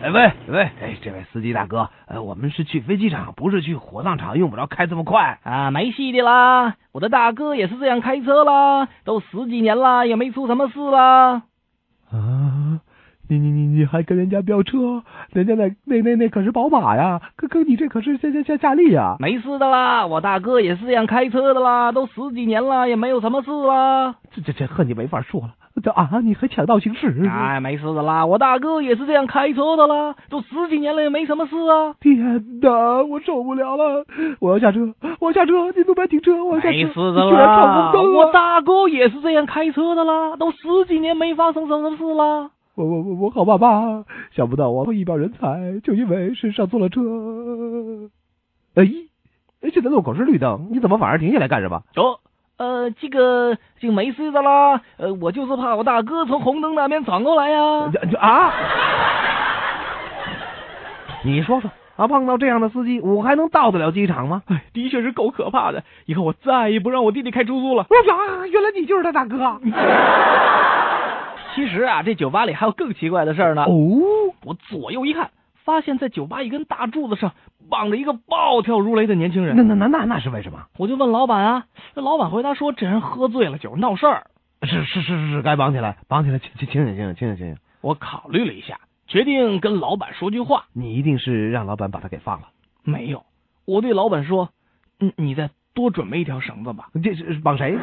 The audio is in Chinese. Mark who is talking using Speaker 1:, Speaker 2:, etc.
Speaker 1: 哎喂喂，
Speaker 2: 哎，这位司机大哥，呃，我们是去飞机场，不是去火葬场，用不着开这么快。
Speaker 1: 啊，没戏的啦！我的大哥也是这样开车啦，都十几年啦，也没出什么事啦。
Speaker 3: 啊，你你你你还跟人家飙车？人家那那那那可是宝马呀，跟跟你这可是夏夏夏夏利呀。
Speaker 1: 没事的啦，我大哥也是这样开车的啦，都十几年啦，也没有什么事啦。
Speaker 3: 这这这和你没法说了。这啊，你还抢道行
Speaker 2: 嗯
Speaker 3: 驶？
Speaker 1: 哎，没事的啦，我大哥也是这样开车的啦，都十几年了，也没什么事啊。
Speaker 3: 天哪，我受不了了！我要下车，我要下车，你路边停车，我要下车。
Speaker 1: 没事的
Speaker 3: 你居然
Speaker 1: 啦
Speaker 3: 闯，红灯
Speaker 1: 我
Speaker 3: 了！
Speaker 1: 大哥也是这样开车的啦，都十几年没发生什么事啦。
Speaker 3: 我我我我好爸爸，想不到我会一表人才，就因为是上错了车。哎，哎，现在路口是绿灯，你怎么反而停下来干什么？
Speaker 1: 哦，呃，这个就没事的啦。呃，我就是怕我大哥从红灯那边闯过来呀、
Speaker 3: 啊！你说说啊，碰到这样的司机，我还能到得了机场吗？
Speaker 1: 哎，的确是够可怕的。以后我再也不让我弟弟开出租了。
Speaker 3: 我操！原来你就是他大哥啊！
Speaker 1: 其实啊，这酒吧里还有更奇怪的事儿呢。
Speaker 3: 哦，
Speaker 1: 我左右一看，发现在酒吧一根大柱子上绑着一个暴跳如雷的年轻
Speaker 3: 那
Speaker 1: 人。
Speaker 3: 那那那那是为什么？
Speaker 1: 我就问老板啊，那老板回答说，这人喝醉了酒闹事儿。
Speaker 3: 是是是是，该绑起来，绑起来，清清清醒清醒清醒清醒！
Speaker 1: 我考虑了一下，决定跟老板说句话。
Speaker 3: 你一定是让老板把他给放了，
Speaker 1: 没有，我对老板说，嗯，你再多准备一条绳子吧。
Speaker 3: 这是绑谁？